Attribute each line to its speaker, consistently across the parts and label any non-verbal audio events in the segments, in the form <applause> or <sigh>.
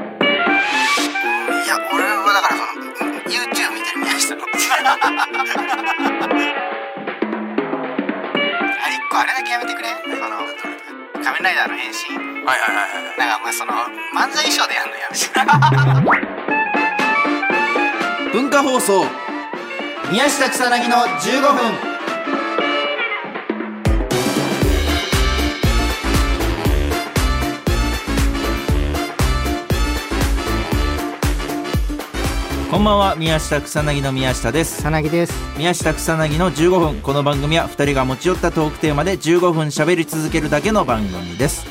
Speaker 1: <laughs> けやめてくれその仮面ライダーの変身
Speaker 2: はいはいはいはい
Speaker 1: なんかまあその漫才衣装でやんのやめて
Speaker 3: 文化放送宮下草薙の15分こんばんは宮下草薙の宮下です
Speaker 1: なぎです
Speaker 3: 宮下草薙の15分この番組は2人が持ち寄ったトークテーマで15分喋り続けるだけの番組です、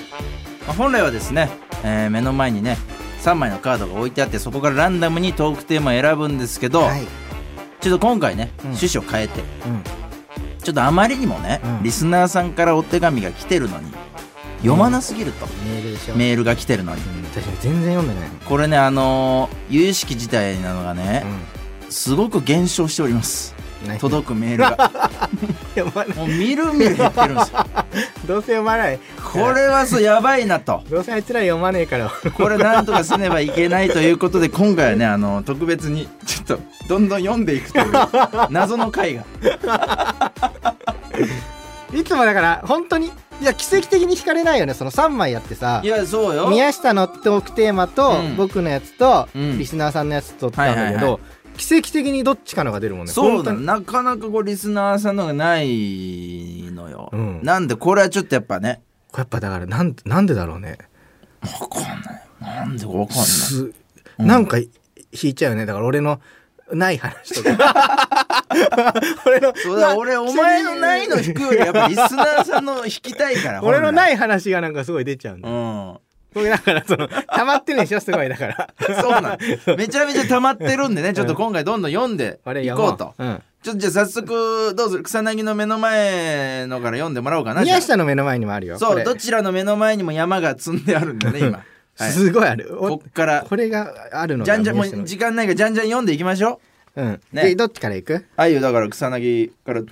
Speaker 3: まあ本来はですね、えー目の前にね3枚のカードが置いてあってそこからランダムにトークテーマを選ぶんですけど、
Speaker 1: はい
Speaker 3: ちょっと今回ね、趣旨を変えてちょっとあまりにもね、
Speaker 1: うん
Speaker 3: リスナーさんからお手紙が来てるのに読まなすぎると、
Speaker 1: メールでしょ
Speaker 3: メールが来てるのに
Speaker 1: 確かに全然読んでない
Speaker 3: これねあのー由々しき自体なのがね、すごく減少しております
Speaker 1: うん
Speaker 3: 届くメールが
Speaker 1: 読まない
Speaker 3: もうみるみる減ってるんですよ
Speaker 1: どうせ読まない
Speaker 3: これはそうやばいなと
Speaker 1: どうせあいつら読まねえから
Speaker 3: これなんとかせねばいけないということで今回はねあの特別にちょっとどんどん読んでいくという謎の回が
Speaker 1: いつもだから本当にいや奇跡的に引かれないよねその3枚やってさ
Speaker 3: いやそうよ
Speaker 1: 宮下のトークテーマと、
Speaker 3: うん
Speaker 1: 僕のやつと、
Speaker 3: うん
Speaker 1: リスナーさんのやつとったんだけど、
Speaker 3: はいはいは
Speaker 1: 奇跡的にどっちかのが出るもんね
Speaker 3: そうだ
Speaker 1: 本当に
Speaker 3: なかなかこうリスナーさんのがないのよ、
Speaker 1: うん
Speaker 3: なんでこれはちょっとやっぱね
Speaker 1: これやっぱだからなんなんでだろうね
Speaker 3: 分かんないなんでか分かんない
Speaker 1: すなんか引いちゃうよねだから俺のない話と
Speaker 3: <laughs>
Speaker 1: か俺の
Speaker 3: <laughs> そうだ
Speaker 1: な
Speaker 3: 俺お前のないの引くよりやっぱリスナーさんの引きたいから
Speaker 1: <laughs> 俺のないい話がなんかすごい出ちゃうん
Speaker 3: う
Speaker 1: だ、
Speaker 3: ん
Speaker 1: これだからその溜まってるでしょすごいだから
Speaker 3: <laughs> そうなのめちゃめちゃ溜まってるんでねちょっと今回どんどん読んで
Speaker 1: あれ
Speaker 3: い
Speaker 1: や
Speaker 3: こ
Speaker 1: ば
Speaker 3: うと
Speaker 1: うん、
Speaker 3: ちょっとじゃあ早速どうする草薙の目の前のから読んでもらおうかなじゃあ
Speaker 1: 宮下の目の前にもあるよこ
Speaker 3: そう
Speaker 1: れ
Speaker 3: どちらの目の前にも山が積んであるんだね
Speaker 1: <laughs>
Speaker 3: 今はい
Speaker 1: すごいあるお
Speaker 3: こっから
Speaker 1: これがあるの
Speaker 3: じゃんじゃんも
Speaker 1: 宮下の
Speaker 3: う時間ないからじゃんじゃん読んでいきましょう
Speaker 1: うん、
Speaker 3: ね
Speaker 1: でどっちから行く
Speaker 3: ああいうだから草薙から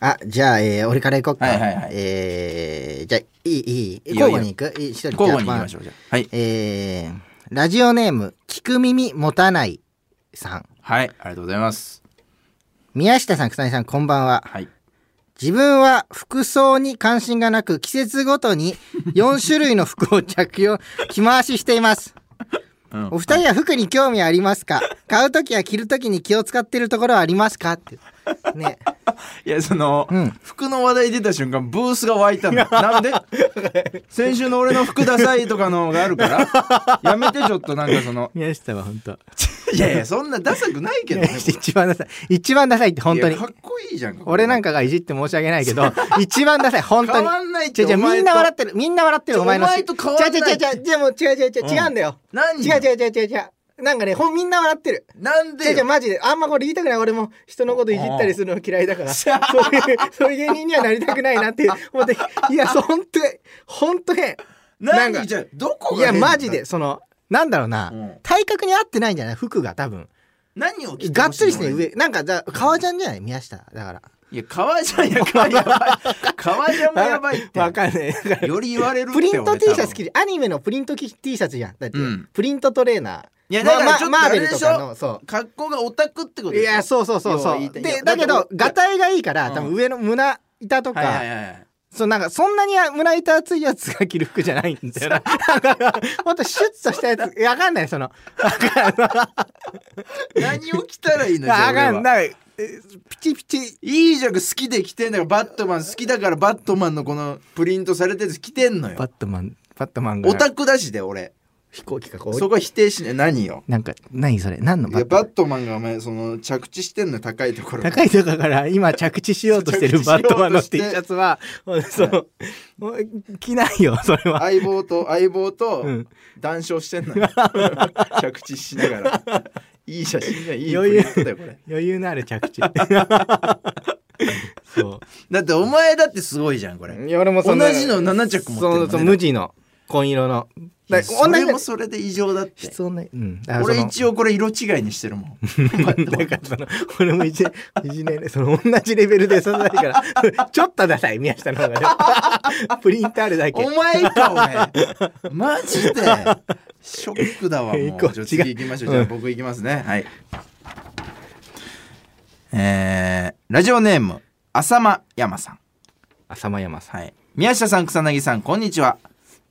Speaker 1: あじゃあ、えー俺から行こうか、
Speaker 3: はいはいはい
Speaker 1: えーじゃあいいいい
Speaker 3: いよ
Speaker 1: 交互に行くいい一人
Speaker 3: 交互にいきまし
Speaker 1: ょう
Speaker 3: ょうじゃあはい
Speaker 1: えーラジオネーム聞く耳持たないさん
Speaker 3: はいありがとうございます
Speaker 1: 宮下さん草薙さんこんばんは
Speaker 3: はい
Speaker 1: 自分は服装に関心がなく季節ごとに4種類の服を着用着回ししています
Speaker 3: うん
Speaker 1: お二人は服に興味ありますか買うときや着るときに気を使ってるところはありますかってね
Speaker 3: いやその、
Speaker 1: うん
Speaker 3: 服の話題出た瞬間ブースが湧
Speaker 1: <laughs>
Speaker 3: いたのなんで先週の俺の服ダサいとかのがあるからやめてちょっとなんかそ
Speaker 1: <laughs>
Speaker 3: の
Speaker 1: 宮下は本当
Speaker 3: いやいやそんなダサくないけどね
Speaker 1: <laughs> 一番ダサい一番ダサいって本当に
Speaker 3: いやかっこいいじゃん
Speaker 1: 俺なん
Speaker 3: か
Speaker 1: かがいじって申し訳ない
Speaker 3: <laughs>
Speaker 1: けど一番ダサい本当
Speaker 3: 変
Speaker 1: に
Speaker 3: わんないっ
Speaker 1: 違
Speaker 3: て
Speaker 1: う違う
Speaker 3: お前
Speaker 1: みんな笑ってるみんな笑って
Speaker 3: ち
Speaker 1: る
Speaker 3: ょ
Speaker 1: お前の
Speaker 3: お前と変わんない
Speaker 1: 違う違う違う違うもう違う違う違う
Speaker 3: うん
Speaker 1: 違うんだよ
Speaker 3: 何
Speaker 1: 違う違う違う違う違うなんかねほんみんな笑ってる
Speaker 3: なんで
Speaker 1: 違
Speaker 3: よ
Speaker 1: う違うマジであんまこれ言いたくない俺も人のこといじったりするの嫌いだからそういうそういう芸人にはなりたくないな
Speaker 3: <laughs>
Speaker 1: って思っていやほんとほんと変
Speaker 3: なん
Speaker 1: なんか
Speaker 3: かじゃあどこ
Speaker 1: い
Speaker 3: が
Speaker 1: や
Speaker 3: 変だ
Speaker 1: マジでそのなんだろうな、
Speaker 3: うん
Speaker 1: 体格に合ってないんじゃない服が多分
Speaker 3: 何を着てほいの
Speaker 1: がっつりしてね上なんかだ革ジャンじゃない宮下だから
Speaker 3: いや革ジャンやからやばい革ジャンもやばいって
Speaker 1: <laughs> わか
Speaker 3: <laughs>
Speaker 1: んないだから
Speaker 3: より言われるって
Speaker 1: プリント T シャツ
Speaker 3: き
Speaker 1: 着るアニメのプリント T シャツじゃんだって、
Speaker 3: うん
Speaker 1: プリントトレーナー
Speaker 3: いやだからち
Speaker 1: まあ
Speaker 3: ょっと
Speaker 1: まあ
Speaker 3: あ
Speaker 1: マー
Speaker 3: れ
Speaker 1: ベ
Speaker 3: で
Speaker 1: ル
Speaker 3: し
Speaker 1: と
Speaker 3: ょ
Speaker 1: かのそ
Speaker 3: 格好がオタクってこと
Speaker 1: う
Speaker 3: で
Speaker 1: い
Speaker 3: しょ
Speaker 1: やそうそうそう
Speaker 3: 要
Speaker 1: そ
Speaker 3: は
Speaker 1: う
Speaker 3: 言いたいい
Speaker 1: で
Speaker 3: や
Speaker 1: だけ
Speaker 3: だ
Speaker 1: ど
Speaker 3: けど
Speaker 1: ガタイがいいから
Speaker 3: うん
Speaker 1: 多分上の胸板とか、
Speaker 3: はいはいはい
Speaker 1: そうなんかそんなに胸板厚いやつが着る服じゃないんだよなだから <laughs> ほんとシュッとしたやついやわかんないその
Speaker 3: 何を着たらいいの
Speaker 1: <laughs> 分
Speaker 3: じゃあ俺
Speaker 1: かん
Speaker 3: は
Speaker 1: ないえピチピチ
Speaker 3: いいじゃん好きで着てんだからバットマン好きだからバットマンのこのプリントされたやつ着てんのよ
Speaker 1: バットマンバットマンが
Speaker 3: オタクだしで俺
Speaker 1: 飛行機かこう
Speaker 3: そこは否定しない何よ
Speaker 1: なんか何それ何の
Speaker 3: い
Speaker 1: バ
Speaker 3: や
Speaker 1: ットマ
Speaker 3: バ
Speaker 1: ン
Speaker 3: ットマンがお前その着地してんの高いところ
Speaker 1: 高いとこから今着地しようとしてるバットマンの T シャツはそのもう着ないよそれは。
Speaker 3: 相棒と相棒と
Speaker 1: うん
Speaker 3: 談笑してんのよ <laughs> 着地しながらいい写真だよいい
Speaker 1: 余裕
Speaker 3: プリントだよこれ
Speaker 1: 余裕のある着地 <laughs> そ
Speaker 3: だってお前だってすごいじゃんこれ
Speaker 1: ういや俺も
Speaker 3: 同
Speaker 1: そんな
Speaker 3: じの7着持ってる
Speaker 1: そうそう無地の紺色のだ
Speaker 3: そ
Speaker 1: 同じ
Speaker 3: れ
Speaker 1: の
Speaker 3: もそれで異常だって
Speaker 1: 必要ない、うん、だからそ
Speaker 3: 俺
Speaker 1: の
Speaker 3: 一応これ色違いにしてるもんバットマ
Speaker 1: <laughs> だ
Speaker 3: ン
Speaker 1: からその俺も一一年でその同じレベルで刺さないから <laughs> ちょっとダサい宮下の方がね <laughs> プリントあるだけ
Speaker 3: お前
Speaker 1: <laughs>
Speaker 3: かお前マジでショックだわもう
Speaker 1: 行こう
Speaker 3: じゃあ次
Speaker 1: 違う
Speaker 3: 行きましょうじゃあ僕行きますね、はいえー、ラジオネーム、浅間山さん。
Speaker 1: 浅間山さん
Speaker 3: はい。宮下さん、草薙さん、こんにちは。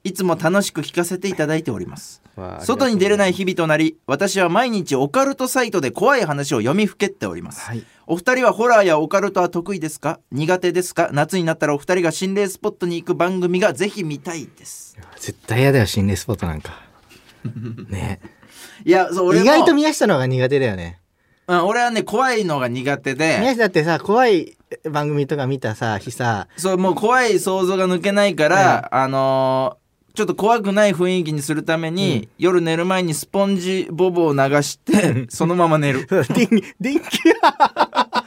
Speaker 3: いつも楽しく聞かせていただいております。
Speaker 1: わあ
Speaker 3: 外に出れない
Speaker 1: あり
Speaker 3: 日々となり、私は毎日オカルトサイトで怖い話を読みふけっております。
Speaker 1: がとうございます
Speaker 3: お二人はホラーやオカルトは得意ですか苦手ですか夏になったらお二人が心霊スポットに行く番組がぜひ見たいです。
Speaker 1: はい絶対嫌だよ心霊スポットなんかね
Speaker 3: いや、そう、俺
Speaker 1: 意
Speaker 3: も
Speaker 1: 外と宮下の方が苦手だよね
Speaker 3: うん、俺はね、怖いのが苦手
Speaker 1: 宮
Speaker 3: で、
Speaker 1: 下だってさ怖い番組とか見たさ
Speaker 3: <laughs>
Speaker 1: 日さ
Speaker 3: そう、もう怖い想像が抜けないから、あのーちょっと怖くない雰囲気にするために、夜寝る前にスポンジボボを流
Speaker 1: <laughs>
Speaker 3: して、そのまま寝る。
Speaker 1: 電気電気
Speaker 3: やっぱ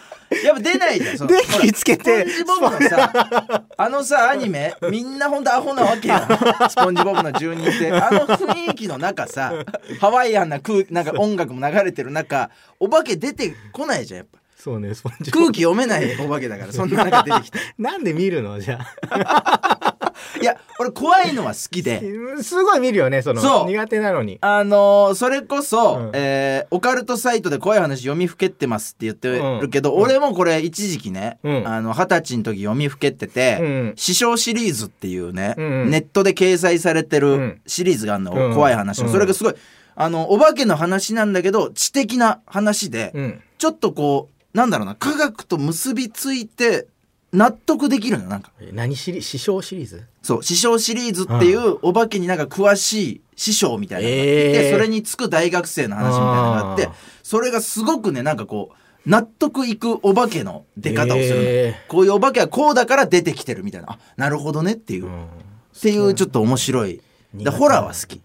Speaker 3: 出ないじゃん、その
Speaker 1: <laughs> 電
Speaker 3: ほら
Speaker 1: 気つけて
Speaker 3: スポンジボブのさ、あのさ、アニメ、みんなほんとアホなわけ
Speaker 1: <laughs>
Speaker 3: やん。スポンジボブの住人って。あの雰囲気の中さ、ハワイアンな空なんか音楽も流れてる中、お化け出てこないじゃん、やっぱ。
Speaker 1: そうねスポンジ
Speaker 3: 空気読めないお化けだから、そんな中出てきて。
Speaker 1: なんで見るのじゃあ
Speaker 3: いや、俺怖いのは好き
Speaker 1: <laughs>
Speaker 3: で。
Speaker 1: うんすごい見るよねその
Speaker 3: そう
Speaker 1: 苦手なのに
Speaker 3: あのーそれこそ、
Speaker 1: うん
Speaker 3: えーオカルトサイトで怖い話読みふけってますって言ってるけど、
Speaker 1: うん
Speaker 3: 俺もこれ一時期ね、
Speaker 1: うん
Speaker 3: あの、二十歳の時読みふけってて、
Speaker 1: うん
Speaker 3: 師匠シリーズっていうね、
Speaker 1: うんうん
Speaker 3: ネットで掲載されて
Speaker 1: う
Speaker 3: る
Speaker 1: ん
Speaker 3: シリーズがあるの、
Speaker 1: うん
Speaker 3: 怖い話の、
Speaker 1: うん
Speaker 3: それがすごいあのお化けの話なんだけど知的な話で、
Speaker 1: うん
Speaker 3: ちょっとこうなんだろうな科学と結びついて納得できるのよなんか
Speaker 1: 何シリ師匠シリーズ
Speaker 3: そう師匠シリーズっていうお化けになんか詳しい師匠みたいなのがいて、
Speaker 1: えー
Speaker 3: それにつく大学生の話みたいなのがあって
Speaker 1: あー
Speaker 3: それがすごくねなんかこう納得いくお化けの出方をするの、
Speaker 1: え
Speaker 3: こういうお化けはこうだから出てきてるみたいなあなるほどねっていう
Speaker 1: ーう
Speaker 3: っ
Speaker 1: ん
Speaker 3: ていうちょっと面白い
Speaker 1: 苦手
Speaker 3: だホラーは好き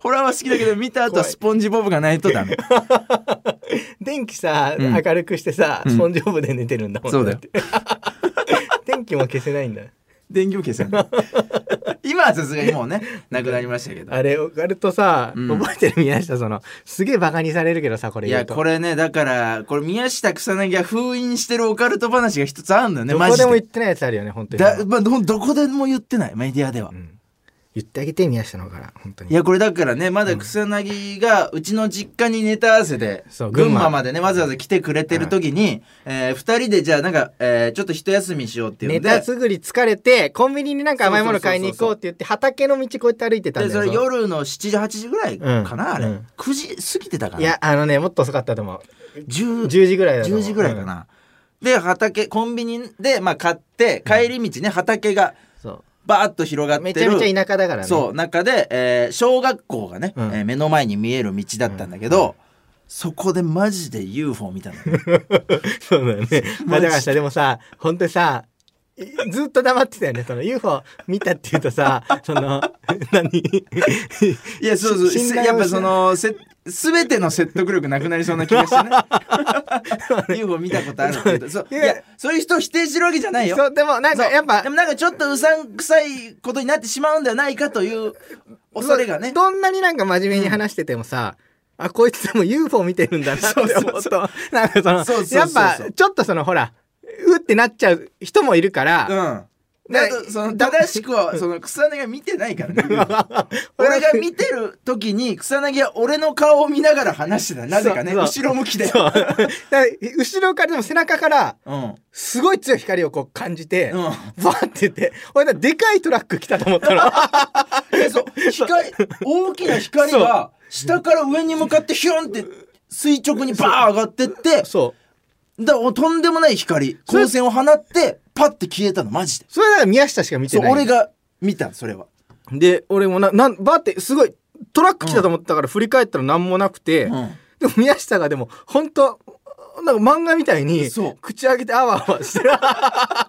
Speaker 3: ホラーは好き <laughs> だけど見た後は
Speaker 1: 怖い
Speaker 3: スポンジボブがないとダメ
Speaker 1: 電気さ、
Speaker 3: うん
Speaker 1: 明るくしてさ、
Speaker 3: うん
Speaker 1: スポンジョブで寝てるんだもん
Speaker 3: そうだよ
Speaker 1: って <laughs> 電気も消せないんだ
Speaker 3: 電気を消せない今はさすがにもうねなくなりましたけど
Speaker 1: あれオカルトさ、
Speaker 3: うん
Speaker 1: 覚えてる宮下そのすげえバカにされるけどさこれ
Speaker 3: い
Speaker 1: 言
Speaker 3: や
Speaker 1: うと
Speaker 3: これねだからこれ宮下草薙が封印してるオカルト話が一つあるんだよね
Speaker 1: ど
Speaker 3: マ
Speaker 1: こ
Speaker 3: ジ
Speaker 1: でも言
Speaker 3: で
Speaker 1: ってないやつあるよね本当に
Speaker 3: だ、まあ、どどこでも言ってないメディアでは
Speaker 1: うん言ってあげて宮下の方から本当に
Speaker 3: いやこれだからねまだ草薙がうちの実家にネタ合わせで
Speaker 1: そう
Speaker 3: 群
Speaker 1: 群馬
Speaker 3: 馬までねわざわざ来てくれてる時に、えー、2人でじゃあなんか、えーちょっと一休みしようっていうん
Speaker 1: ネ
Speaker 3: で
Speaker 1: タ作り疲れてコンビニになんか甘いもの買いに行こうって言って畑の道こうやって歩いてたん
Speaker 3: で
Speaker 1: だ
Speaker 3: そ
Speaker 1: よ
Speaker 3: れ夜の7時8時ぐらいかな、
Speaker 1: うん
Speaker 3: あれ、
Speaker 1: うん
Speaker 3: 9時過ぎてたか
Speaker 1: い
Speaker 3: な
Speaker 1: やあのねもっと遅かったと思う
Speaker 3: 10,
Speaker 1: 10時ぐらいだと思
Speaker 3: 10
Speaker 1: う
Speaker 3: 時ぐらいか、な、で畑コンビニで、まあ、買って帰り道ね畑が
Speaker 1: うんそ
Speaker 3: バーッと広がっ
Speaker 1: う
Speaker 3: てる
Speaker 1: めちゃめちゃ田舎だからね
Speaker 3: そう中で、えー小学校がね、
Speaker 1: うん
Speaker 3: えー目の前に見える道だったんだけど、そこでマジで UFO 見た
Speaker 1: <laughs>
Speaker 3: のよ
Speaker 1: <laughs> そうだよね。ま
Speaker 3: マ
Speaker 1: あ
Speaker 3: ジ
Speaker 1: だからさ、でもさ、本当にさ、いずっと黙ってたよね。その UFO 見たって言うとさ、その、
Speaker 3: <laughs>
Speaker 1: 何
Speaker 3: いやそう
Speaker 1: 信
Speaker 3: そう
Speaker 1: 頼を
Speaker 3: やっぱそのせ全ての説得力なくなりそうな気が
Speaker 1: <laughs>
Speaker 3: してね UFO 見たことあるけどそうい
Speaker 1: いや
Speaker 3: やそういう人を否定してるわけじゃないよ
Speaker 1: そう、でもなんかやっぱ
Speaker 3: で、もなんかちょっとうさんくさいことになってしまうんではないかという恐れがね。
Speaker 1: どんなになんか真面目に話しててもさ、あ、こいつでも UFO 見てるんだなって思うと、
Speaker 3: そうそう
Speaker 1: なんかその、
Speaker 3: そうそうそうそう
Speaker 1: やっぱちょっとそのほら、うってなっちゃう人もいるから、
Speaker 3: うん。
Speaker 1: ね
Speaker 3: だとその
Speaker 1: だ
Speaker 3: 正しくはその草薙が見てないから
Speaker 1: <laughs>
Speaker 3: ね俺が見てる時に草薙は俺の顔を見ながら話してたなぜかね
Speaker 1: そう
Speaker 3: 後
Speaker 1: そう
Speaker 3: ろ向きで
Speaker 1: そうだから後ろからでも背中から、
Speaker 3: うんうん
Speaker 1: すごい強い光をこう感じて、
Speaker 3: うん
Speaker 1: バーって言って、俺だでかいトラック来たと思
Speaker 3: <laughs>
Speaker 1: ったの。
Speaker 3: でそう光大きな光が下から上に向かってヒュンって垂直にバー上がってって
Speaker 1: そう。
Speaker 3: だからとんでもない光光線を放ってパッて消えたのマジで
Speaker 1: それだから宮下しか見て
Speaker 3: そう
Speaker 1: ない。
Speaker 3: 俺。が見たそれは
Speaker 1: で、俺もな、なん、ばって、すごい、トラック来たと思ったから振り返ったら何もなくて、
Speaker 3: う
Speaker 1: でも宮下がでも、ほんと、なんか漫画みたいに
Speaker 3: そう、
Speaker 1: 口開けてあわあわして、
Speaker 3: ん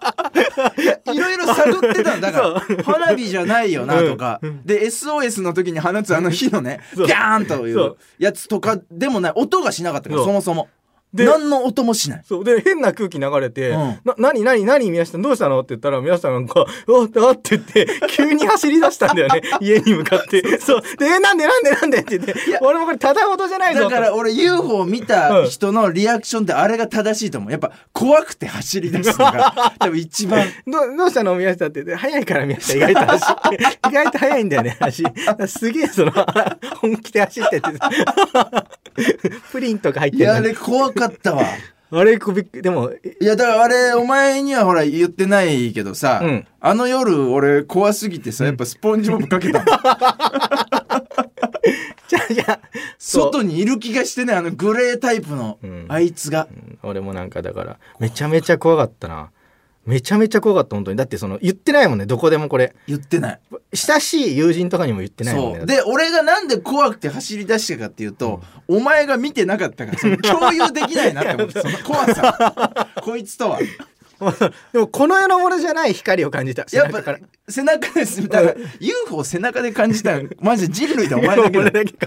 Speaker 3: いろいろ探って
Speaker 1: <laughs>
Speaker 3: たんだから花火じゃないよなとか、
Speaker 1: うんう
Speaker 3: で SOS の時に放つあの火のね
Speaker 1: <laughs> そう
Speaker 3: ビャーンとい
Speaker 1: そうう
Speaker 3: やつとかでもない音がしなかったから
Speaker 1: そう
Speaker 3: そもそも
Speaker 1: で
Speaker 3: 何の音もしない
Speaker 1: <laughs> そう。で、変な空気流れて、
Speaker 3: うん
Speaker 1: な、なになになに宮下どうしたのって言ったら、宮下なんか、うわ、あって言って、急に走り出したんだよ
Speaker 3: <laughs>
Speaker 1: ね。家に向かって。そう。で、え、なんでなんでなんでって言って、俺もこれただごとじゃないぞ
Speaker 3: だ
Speaker 1: と。
Speaker 3: から俺 UFO 見た人のリアクションってあれが正しいと思うやっぱ怖くて走り出すの
Speaker 1: <laughs>
Speaker 3: が多分一番
Speaker 1: どどうしたの宮下って言って早いから宮下意外と
Speaker 3: <laughs>
Speaker 1: 走って意外と早いんだよね足すげえその <laughs> 本気で走っててプリンとか入っ
Speaker 3: い
Speaker 1: て <laughs> る
Speaker 3: や
Speaker 1: の
Speaker 3: あ
Speaker 1: に
Speaker 3: れ怖かったわ
Speaker 1: あれこびっくりでもえ
Speaker 3: いやだからあれお前にはほら言ってないけどさ、
Speaker 1: うん
Speaker 3: あの夜俺怖すぎてさやっぱスポンジボブかけたもん
Speaker 1: じゃあじゃあそう
Speaker 3: 外にいる気がしてねあのグレータイプの
Speaker 1: うん
Speaker 3: あいつが、
Speaker 1: 俺もなんかだからめちゃめちゃ怖かったなめちゃめちゃ怖かった本当にだってその言ってないもんねどこでもこれ
Speaker 3: 言ってない
Speaker 1: 親しい友人とかにも言ってないもん
Speaker 3: そ
Speaker 1: ね
Speaker 3: うで俺がなんで怖くて走り出したかっていうと、お前が見てなかったからそ
Speaker 1: <laughs>
Speaker 3: の共有できないなって思ってその怖さこいつとは
Speaker 1: <laughs> でもこの世のものじゃない光を感じた背
Speaker 3: やっ
Speaker 1: 中
Speaker 3: ぱ
Speaker 1: から
Speaker 3: 背中ですだから UFO 背中で感じたのマジで人類でお前だけだ
Speaker 1: 俺けか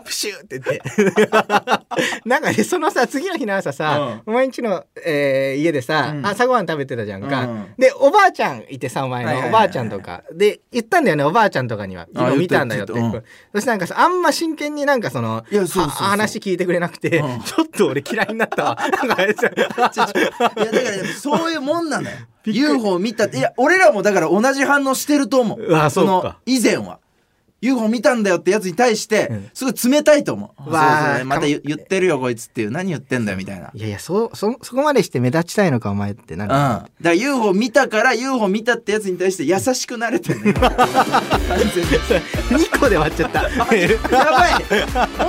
Speaker 1: <laughs> プシューって言って <laughs> なんかねそのさ次の日の朝さ、お前んちの、えー家でさ、
Speaker 3: うん
Speaker 1: 朝ごはん食べてたじゃんか、
Speaker 3: うん
Speaker 1: でおばあちゃんいてさお前
Speaker 3: はいはいは
Speaker 1: のお
Speaker 3: いは
Speaker 1: ば
Speaker 3: い
Speaker 1: あちゃんとかで言ったんだよねおばあちゃんとかには
Speaker 3: あ
Speaker 1: 今見たんだよって、
Speaker 3: 言った言っ
Speaker 1: そしてなんかさあんま真剣になんかその
Speaker 3: いやそうそうそう
Speaker 1: は話聞いてくれなくて、
Speaker 3: うん
Speaker 1: ちょっと俺嫌いになったわなんかあれ
Speaker 3: <laughs>
Speaker 1: じゃん
Speaker 3: ちょちょいやだからやっぱそういうもんなのよ
Speaker 1: びっくり
Speaker 3: UFO 見たっていや俺らもだから同じ反応してると思う
Speaker 1: うわそうか
Speaker 3: の以前は UFO 見たんだよってやつに対して
Speaker 1: うん
Speaker 3: すごい冷たいと思う,、
Speaker 1: うわー
Speaker 3: そうそうまた言言ってるよこいつっていう何言ってんだよみたいな。
Speaker 1: いやいやそうそそこまでして目立ちたいのかお前ってな
Speaker 3: うんん、だか
Speaker 1: <laughs> か、
Speaker 3: ら UFO 見たから UFO 見たってやつに対して優しくなれて
Speaker 1: <laughs>
Speaker 3: るのよ完全に
Speaker 1: 2個で割っちゃった
Speaker 3: <laughs> やばいもっ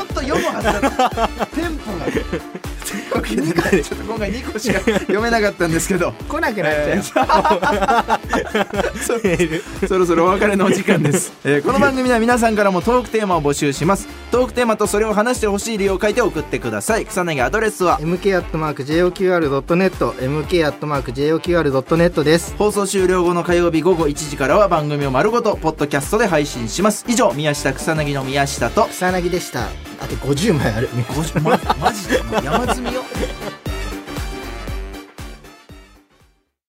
Speaker 3: と読むはずだったテン
Speaker 1: <laughs>
Speaker 3: ポがというわけでねちょっと今回2個しか読めなかったんですけど
Speaker 1: 来なくなっちゃうよ、
Speaker 3: そ <laughs> そろそろお別れのお時間です、 <laughs> えーこの番組では皆さんからもトークテーマを募集しますトークテーマとそれを話してほしい理由を書いて送ってください草薙アドレスは
Speaker 1: mk.joqr.net mk.joqr.net です
Speaker 3: 放送終了後の火曜日午後1時からは番組を丸ごとポッドキャストで配信します以上宮下草薙の宮下と
Speaker 1: 草薙でしたあと50枚ある
Speaker 3: マジで山積みよ